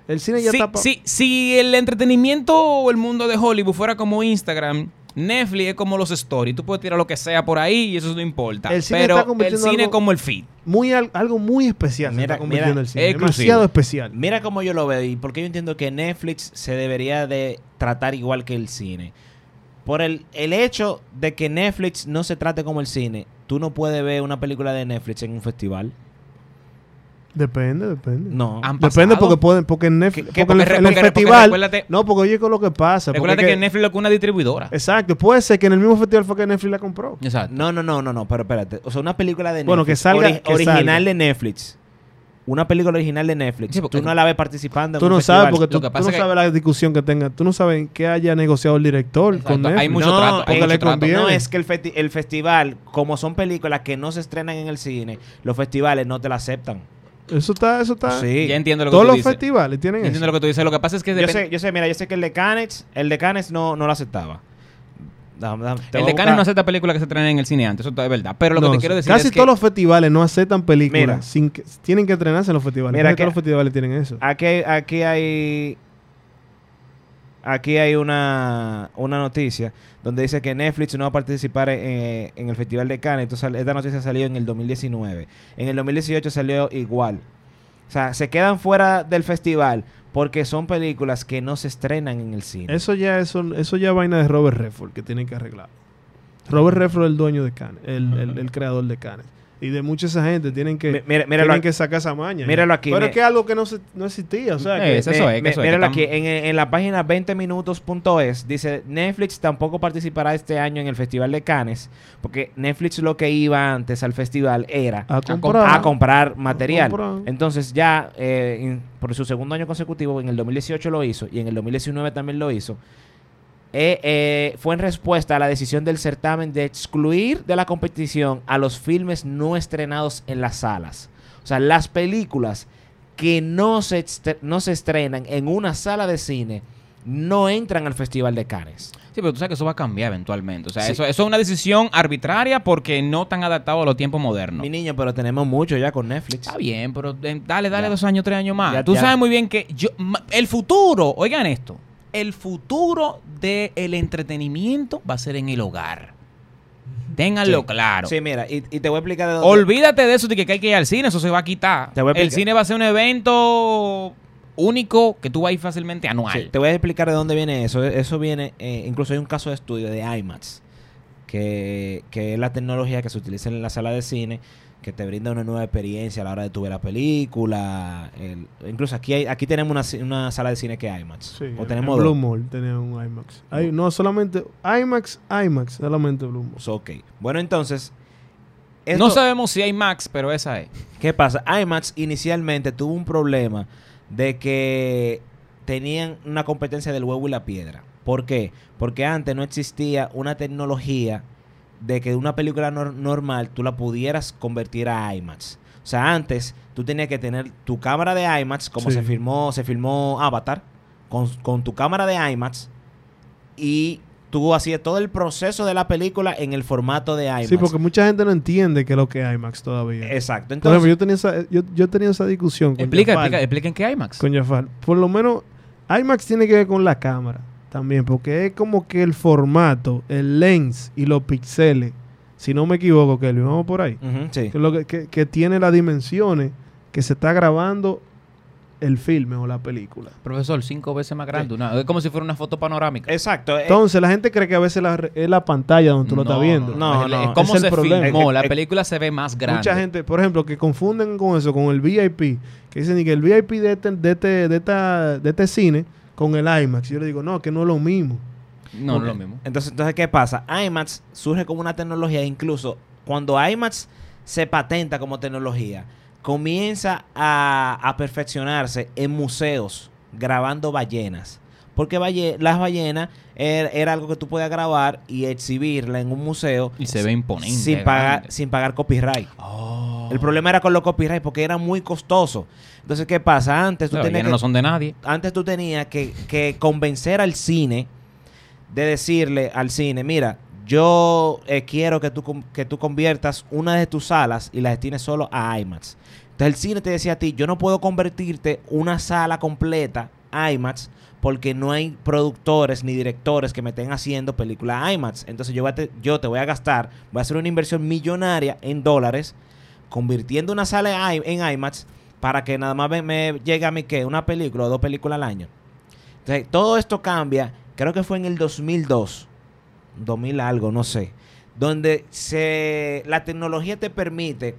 El cine ya si, está... pa- si- si el entretenimiento o el mundo de Hollywood fuera como Instagram, Netflix es como los stories. Tú puedes tirar lo que sea por ahí y eso no importa. El cine pero está el convirtiendo cine algo- es como el feed. Muy, al- algo muy especial se Mira, está convirtiendo mira, el cine. exclusivo. Demasiado especial. Mira cómo yo lo veo y porque yo entiendo que Netflix se debería de tratar igual que el cine. Por el, el hecho de que Netflix no se trate como el cine, tú no puedes ver una película de Netflix en un festival. Depende, depende. No. Han Depende pasado. porque pueden, porque en Netflix, Que- que porque en el- porque- en el porque- porque festival. recuérdate- no, porque oye con lo que pasa. porque Recuerda es que, Netflix lo que es una distribuidora. Exacto, puede ser que en el mismo festival fue que Netflix la compró. Exacto. No, no, no, no, no, pero espérate. O sea, una película de Netflix. Bueno, que salga- que original salga. de Netflix. Una película original de Netflix. Sí, porque- tú no la ves participando. en Tú un no festival. sabes porque tú, Lo que tú pasa no es que- sabes la discusión que tenga, tú no sabes en qué haya negociado el director Exacto. con Netflix. Hay mucho No, trato. Hay eh, mucho le trato. conviene. No, es que el, festi- el festival, como son películas que no se estrenan en el cine, los festivales no te la aceptan. Eso está, eso está. Sí. Ya entiendo lo que Todos tú los dices. festivales tienen eso. Entiendo lo que tú dices. Lo que pasa es que Yo depende- sé, yo sé, mira, yo sé que el de Cannes, el de Cannes no, no lo aceptaba. Dame, dame, te el voy de a Cannes buscar. no acepta películas que se traen en el cine antes. Eso es verdad. Pero lo que Ah. No, te quiero decir casi es que... todos los festivales no aceptan películas. Mira. sin que- tienen que entrenarse en los festivales. Mira Casi que- todos los festivales tienen eso. Aquí, aquí hay... Aquí hay una, una noticia donde dice que Netflix no va a participar eh, en, el Festival de Cannes. Entonces, esta noticia salió en el 2019. En el 2018 salió igual. O sea, se quedan fuera del festival porque son películas que no se estrenan en el cine. Eso ya es un- eso ya es vaina de Robert Redford que tienen que arreglar. Robert Redford es el dueño de Cannes, el, el- el creador de Cannes. y de mucha esa gente tienen que, Mi- mira- míralo tienen aquí. que sacar esa maña. Míralo aquí, Pero me- es que es algo que no, se- no existía. O sea, que- Eh, eso es, que eso es, que míralo tam- aquí, en, en la página 20minutos.es dice Netflix tampoco participará este año en el Festival de Cannes porque Netflix lo que iba antes al festival era a a comprar. comprar material. comprar. Entonces ya eh, en- por su segundo año consecutivo, en el 2018 lo hizo y en el 2019 también lo hizo, eh, eh, fue en respuesta a la decisión del certamen de excluir de la competición a los filmes no estrenados en las salas. O sea, las películas que no se, estre- no se estrenan en una sala de cine no entran al Festival de Cannes. Sí, pero tú sabes que eso va a cambiar eventualmente. O sea, Sí. eso, eso es una decisión arbitraria porque no tan adaptado a los tiempos modernos. Mi niño, pero tenemos mucho ya con Netflix. Está bien, pero eh, dale, dale Ya. dos años, tres años más. Ya, Tú ya. sabes muy bien que yo, ma- el futuro, oigan esto, el futuro del entretenimiento va a ser en el hogar. Ténganlo Sí. claro. Sí, mira, y, y te voy a explicar de dónde- Olvídate de eso de que hay que ir al cine, eso se va a quitar. Te voy a el explicar. cine va a ser un evento único que tú vas a ir fácilmente Sí, anual. te voy a explicar de dónde viene eso. Eso viene, eh, incluso hay un caso de estudio de IMAX, que, que es la tecnología que se utiliza en la sala de cine, que te brinda una nueva experiencia a la hora de tu ver la película. el- incluso aquí hay, aquí tenemos una, ci- una sala de cine que es IMAX. Sí, o en tenemos Blue dos. Mall tenía un IMAX. Hay- no, solamente IMAX, IMAX, solamente Blue Mall. So, ok. Bueno, entonces... no esto- sabemos si hay Max, pero esa es. ¿Qué pasa? IMAX inicialmente tuvo un problema de que tenían una competencia del huevo y la piedra. ¿Por qué? Porque antes no existía una tecnología de que una película nor- normal tú la pudieras convertir a IMAX. O sea, antes tú tenías que tener tu cámara de IMAX, como Sí. se filmó, se filmó Avatar, con, con tu cámara de IMAX y tú hacías todo el proceso de la película en el formato de IMAX. Sí, porque mucha gente no entiende qué es lo que es IMAX todavía. Exacto. Entonces, Por ejemplo, yo tenía esa, yo, yo tenía esa discusión con Explica, Jafar. explica, explica en qué hay Max. Con Jafar. Por lo menos, IMAX tiene que ver con la cámara también, porque es como que el formato, el lens y los píxeles, si no me equivoco, que vamos por ahí, Ujú, sí. que, lo que, que- que tiene las dimensiones que se está grabando el filme o la película. Eh. Profesor, cinco veces más grande. una- es como si fuera una foto panorámica. Exacto. eh, Entonces, la gente cree que a veces la re- es la pantalla donde tú lo estás viendo. no. es el- es no, como es el se problema. filmó. Eh, La eh, película se ve más grande. Mucha gente, por ejemplo, que confunden con eso, con el VIP, que dicen "Y que el VIP de este, de este, de esta- de este cine con el IMAX. Yo le digo, no, que no es lo mismo. No, Ok. no es lo mismo. Entonces, entonces, ¿qué pasa? IMAX surge como una tecnología, incluso cuando IMAX se patenta como tecnología, comienza a, a perfeccionarse en museos grabando ballenas. Porque balle- las ballenas er- era, algo que tú podías grabar y exhibirla en un museo Y se ve imponente. sin pagar, grande. sin pagar copyright. Oh. El problema era con los copyright porque era muy costoso. Entonces, ¿qué pasa? Antes tú Las tenías ballenas que- no son de nadie. antes tú tenías que, que convencer al cine de decirle al cine, mira, yo eh, quiero que tú, com- que tú conviertas una de tus salas y las destines solo a IMAX. Entonces el cine te decía a ti, yo no puedo convertirte una sala completa a IMAX porque no hay productores ni directores que me estén haciendo películas IMAX. Entonces yo, voy a te, yo te voy a gastar, voy a hacer una inversión millonaria en dólares convirtiendo una sala en I- en IMAX para que nada más me, me llegue a mí que una película o dos películas al año. Entonces, todo esto cambia, creo que fue en el 2002, 2000 algo, no sé, donde se la tecnología te permite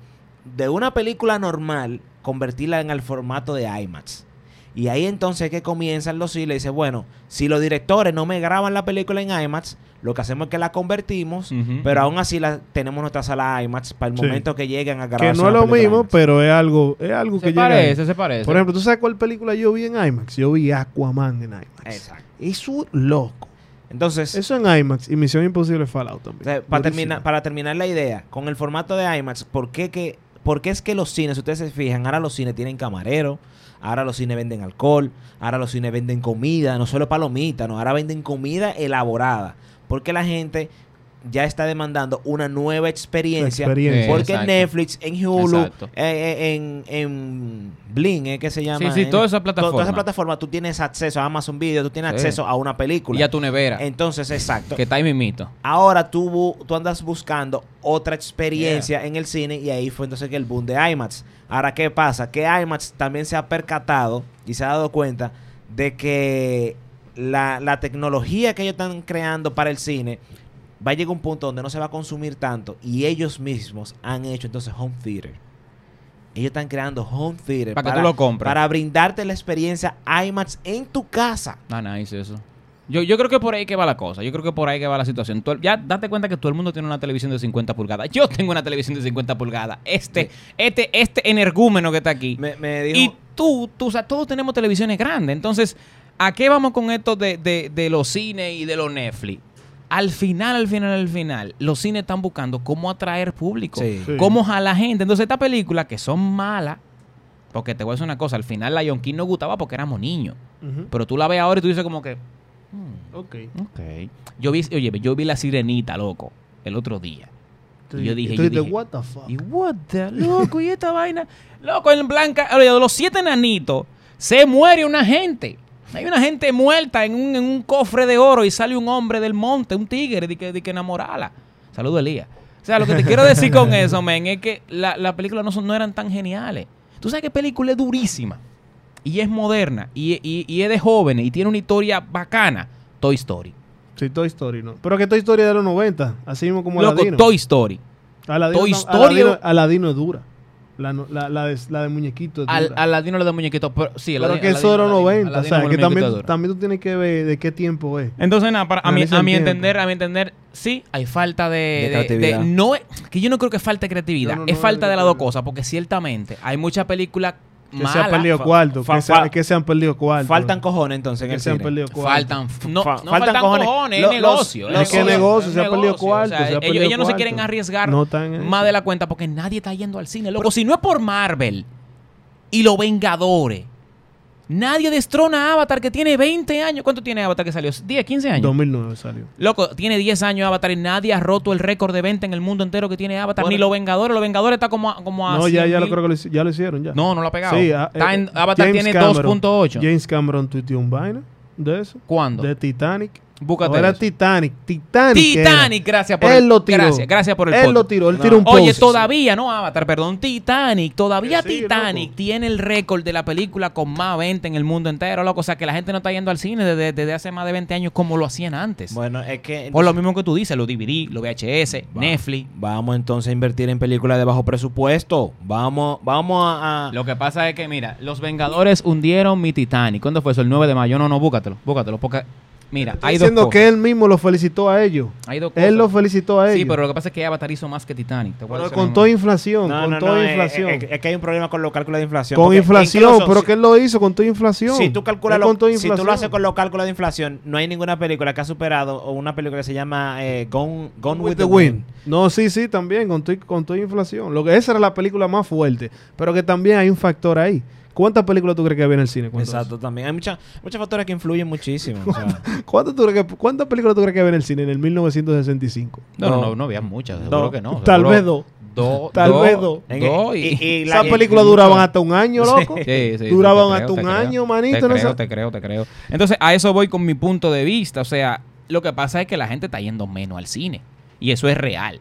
de una película normal convertirla en el formato de IMAX. Y ahí entonces es que comienzan los cines y dice, bueno, si los directores no me graban la película en IMAX, lo que hacemos es que la convertimos, Ujú. pero aún así la, tenemos nuestra sala IMAX para el Sí. momento que lleguen a grabar. Que no es lo mismo, pero es algo, es algo que Se llega ahí. parece, se parece. Por ejemplo, ¿tú sabes cuál película yo vi en IMAX? Yo vi Aquaman en IMAX. Exacto. Eso loco. Entonces, Eso en IMAX y Misión Imposible Fallout también. O sea, para, Durísimo. terminar, para terminar la idea, con el formato de IMAX, ¿por qué, que, ¿por qué es que los cines, si ustedes se fijan, ahora los cines tienen camarero, ahora los cines venden alcohol, ahora los cines venden comida, no solo palomitas, no, ahora venden comida elaborada? Porque la gente ya está demandando una nueva experiencia. experiencia. Porque en Exacto. Netflix, en Hulu, Exacto. eh, eh, en, en Bling, eh, que se llama. Sí, sí, en- toda to- esa Toda esa plataforma. plataforma, tú tienes acceso a Amazon Video, tú tienes Sí. acceso a una película. y a tu nevera, Entonces, exacto. que está ahí mimito. Ahora tú, bu- tú andas buscando otra experiencia en el cine y ahí fue entonces que el boom de IMAX. Ahora, ¿qué pasa? Que IMAX también se ha percatado y se ha dado cuenta de que la, la tecnología que ellos están creando para el cine va a llegar un punto donde no se va a consumir tanto y ellos mismos han hecho entonces home theater. Ellos están creando home theater Para que tú lo compres. para brindarte la experiencia IMAX en tu casa. Ah, nice eso. Yo, yo creo que por ahí que va la cosa. Yo creo que por ahí que va la situación. Tú- ya date cuenta que todo el mundo tiene una televisión de 50 pulgadas. Yo tengo una televisión de 50 pulgadas. Este, este, este energúmeno que está aquí. Me, me dijo, y tú, tú, o sea, todos tenemos televisiones grandes. Entonces, ¿a qué vamos con esto de, de- de los cines y de los Netflix? Al final, al final, al final, los cines están buscando cómo atraer público. Sí. Sí. Cómo jalar gente. Entonces, esta película, que son malas, porque te voy a decir una cosa, al final Lion King nos gustaba porque éramos niños. Ujú. Pero tú la ves ahora y tú dices como que... "Mm, Ok. Ok. Yo vi, oye, yo vi la sirenita, loco, el otro día. Y yo dije, tú yo dices, dije, what the fuck. Y what the, loco, y esta vaina. Loco, en blanca, oye, de los siete nanitos, se muere una gente. Hay una gente muerta en un, en un cofre de oro y sale un hombre del monte, un tigre, de que, de que enamorala. Saludo, Elías. O sea, lo que te quiero decir con eso, men, es que las la películas no, son- no eran tan geniales. Tú sabes que película es durísima y es moderna y, y- y es de jóvenes y tiene una historia bacana. Toy Story. Sí, Toy Story, ¿no? Pero que Toy Story de los 90, así mismo como Loco, Aladino. Toy Story. Aladino Toy tam- Story Aladino, o- Aladino es dura. La, no- la, la de, la de muñequito es dura. Al, Aladino le da muñequito. Pero, sí, Pero Aladino- que eso de los Aladino- 90, Aladino o sea, con que el muñequito también, de oro. también tú tienes que ver de qué tiempo es. Entonces, nada, para, a, mi, Analiza a el mi tiempo. entender, a mi entender, sí, hay falta de... De de- de- creatividad. no es- que yo no creo que falta de creatividad, No, no, es no, falta no, de las no. dos cosas, porque ciertamente hay muchas películas Que se han malas, perdido fa- cuarto, fa- que, se, ha- fa- que se han perdido cuarto. faltan cojones entonces en que el se han cine. perdido cuarto. faltan, no, Fa- no faltan, cojones, es Lo- los- negocio. los- es ¿Qué negocio? es Se ha perdido negocio. cuarto, se ha ellos, perdido ellos no se cuarto. quieren arriesgar No están en más eso. de la cuenta porque nadie está yendo al cine, loco. Si no es por Marvel y los Vengadores, nadie destrona a Avatar que tiene 20 años. ¿Cuánto tiene Avatar que salió? ¿10, 15 años? 2009 salió. Loco, tiene 10 años Avatar y nadie ha roto el récord de venta en el mundo entero que tiene Avatar. Bueno. Ni los Vengadores. Los Vengadores está como a, como a No, ya, ya 100.000. lo creo que lo, hici- ya lo hicieron ya. No, no lo ha pegado. Sí, ah, Está eh, en- Avatar James tiene Cameron. 2.8. James Cameron tuiteó un vaina de eso. ¿Cuándo? De Titanic. Búscate No, era eso. Titanic. Titanic. era. Titanic, gracias por Él el lo tiró. Gracias, gracias por el Él lo podcast. tiró. Él No. tiró un post. Oye, todavía, no Avatar, perdón, Titanic, todavía Que sí, Titanic loco. tiene el récord de la película con más venta en el mundo entero, loco. O sea, que la gente no está yendo al cine desde, desde hace más de 20 años como lo hacían antes. Bueno, es que por lo mismo que tú dices, los DVD, los VHS, Va- Netflix. Vamos entonces a invertir en películas de bajo presupuesto. Vamos, vamos Ah. a, a- Lo que pasa es que, mira, los Vengadores hundieron mi Titanic. ¿Cuándo fue eso? El 9 de mayo. No, no, búscatelo, búscatelo. Porque, mira, hay dos, diciendo cosas, que él mismo lo felicitó a ellos. hay dos cosas. Él lo felicitó a ellos. Sí, pero lo que pasa es que Avatar hizo más que Titanic. te voy a Pero decir con lo toda mismo. inflación, No, no, con no, toda es- inflación. Es, es que hay un problema con los cálculos de inflación. con porque inflación, incluso pero si- que él lo hizo con toda inflación. Si tú calculas Él lo- con toda si tú lo inflación. haces con los cálculos de inflación, no hay ninguna película que ha superado o una película que se llama eh, Gone, Gone with, the Wind. No, sí, sí, también, con, tu- con toda inflación. Lo que, esa era la película más fuerte, pero que también hay un factor ahí. ¿Cuántas películas tú crees que viene el cine? ¿Cuántas? Exacto, también. Hay mucha- muchos factores que influyen muchísimo. o sea, ¿Cuántas, tú crees que- ¿Cuántas películas tú crees que había en el cine en el 1965? No, no, no, No. no había muchas. Seguro Dos. que no. Tal seguro vez dos. Dos. Tal dos, vez dos. en- dos y... la- Esas películas duraban hasta un año, loco. Sí, sí, Duraban te hasta creo, te un creo. año, manito, Te no creo, sé. te creo, te creo. Entonces, a eso voy con mi punto de vista. O sea, lo que pasa es que la gente está yendo menos al cine. Y eso es real.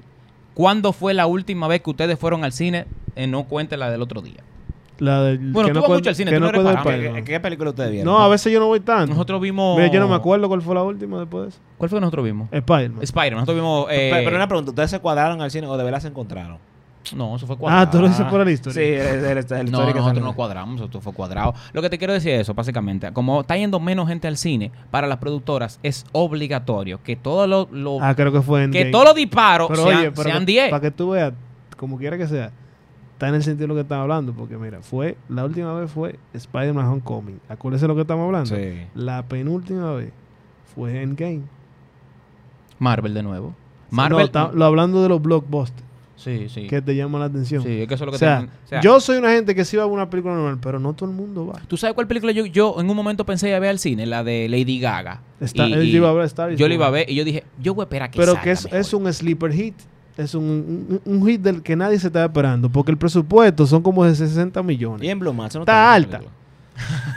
¿Cuándo fue la última vez que ustedes fueron al cine? Eh, no cuente la del otro día. La del- Bueno, que tú no vas cuen- mucho al cine, que tú no eres cuenta parado. el ¿qué, país, qué película ustedes no. vieron? No, a veces yo no voy tanto. Nosotros vimos... Mira, yo no me acuerdo cuál fue la última después de eso. ¿Cuál fue que nosotros vimos? Eh, Spider-Man. Spider-Man. Nosotros vimos... eh, Pero, pero una pregunta, ¿ustedes se cuadraron al cine o de verdad se encontraron? No, eso fue cuadrado. Ah, tú lo dices por la historia. Sí, el, el- el- el no, story que nosotros sale. no cuadramos, esto fue cuadrado. Lo que te quiero decir es eso, básicamente. Como está yendo menos gente al cine, para las productoras es obligatorio que todos los... los- Ah, creo que fue en que todos los disparos Pero sean oye, pero sean 10. Para que tú veas, como quiera que sea, está en el sentido de lo que estamos hablando. Porque mira, fue la última vez fue Spider-Man Homecoming. Acuérdense de lo que estamos hablando. Sí. La penúltima vez fue Endgame. Marvel de nuevo. Marvel. No, ta- lo hablando de los blockbusters sí, sí. que te llaman la atención. Sí, es que eso es lo que o, sea, te- o sea, yo soy una gente que sí va a una película normal, pero no todo el mundo va. ¿Tú sabes cuál película yo, yo en un momento pensé ir a ver al cine? La de Lady Gaga. Está- Y- él y iba a ver Star is yo la iba a Born. ver y yo dije, yo voy a esperar a que Pero salga que es, mejor. es un sleeper hit. Es un, un- un hit del que nadie se está esperando. Porque el presupuesto son como de 60 millones. Y en Blue Max, ¿no Está estaba en alta. película?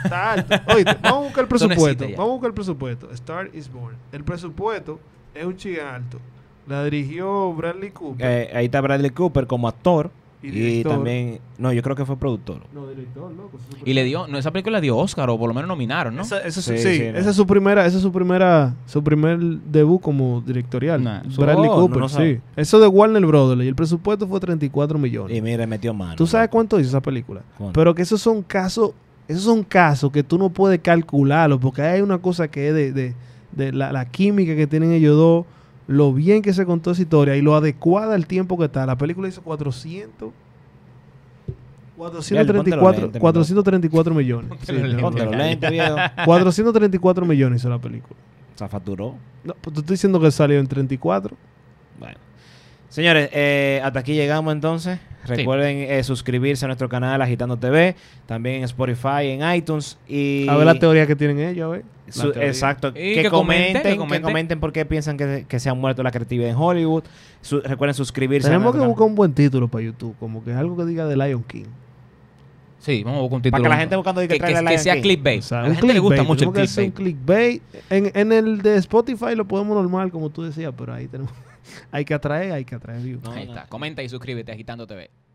Está alto. Oíste, vamos a buscar el Eso no presupuesto. existe ya. Vamos a buscar el presupuesto. Star is Born. El presupuesto es un chigan alto. La dirigió Bradley Cooper. Eh, ahí está Bradley Cooper como actor. Y, director. también, no, yo creo que fue productor. No, director, loco. ese es su Y le primer- dio, no, esa película dio Oscar o por lo menos nominaron, ¿no? Esa, esa es- Sí, sí, sí, no. esa es su primera, esa es su primera, su primer debut como directorial. Nah, su- Bradley oh, Cooper, no lo sí. sabe. Eso de Warner Brothers y el presupuesto fue 34 millones. Y mira, metió mano. ¿Tú sabes cuánto hizo esa película? ¿Cuánto? Pero que esos son casos, esos son casos que tú no puedes calcularlo, porque hay una cosa que es de, de- de la, la química que tienen ellos dos, lo bien que se contó esa historia y lo adecuada al tiempo que está. La película hizo 400 ponte los 434, lentes, 434 millones. Sí, los no, lentes. Ponte los lentes, viejo. 434 millones hizo la película. O sea, facturó. No, pues te estoy diciendo que salió en 34. Bueno. Señores, eh, hasta aquí llegamos entonces. Recuerden eh, suscribirse a nuestro canal Agitando TV, también en Spotify, en iTunes y... A ver la teoría que tienen ellos, a ver. La Su- teoría. exacto. Y que, que comenten, comenten, que que comenten. comenten por qué piensan que, que se ha muerto la creatividad en Hollywood. Su- recuerden suscribirse. a Tenemos que nuestro buscar un buen título para YouTube, como que algo que diga The Lion King. Sí, vamos a buscar canal. un título. Para que la gente buscando que, de que, que- traiga que Lion sea King. clickbait. O sea, a un la gente le gusta clickbait, mucho el tenemos que hacer clickbait. un clickbait. En, en el de Spotify lo podemos normal, como tú decías, pero ahí tenemos. hay que atraer, hay que atraer views. No, Ahí no. está. Comenta y suscríbete, Agitando TV.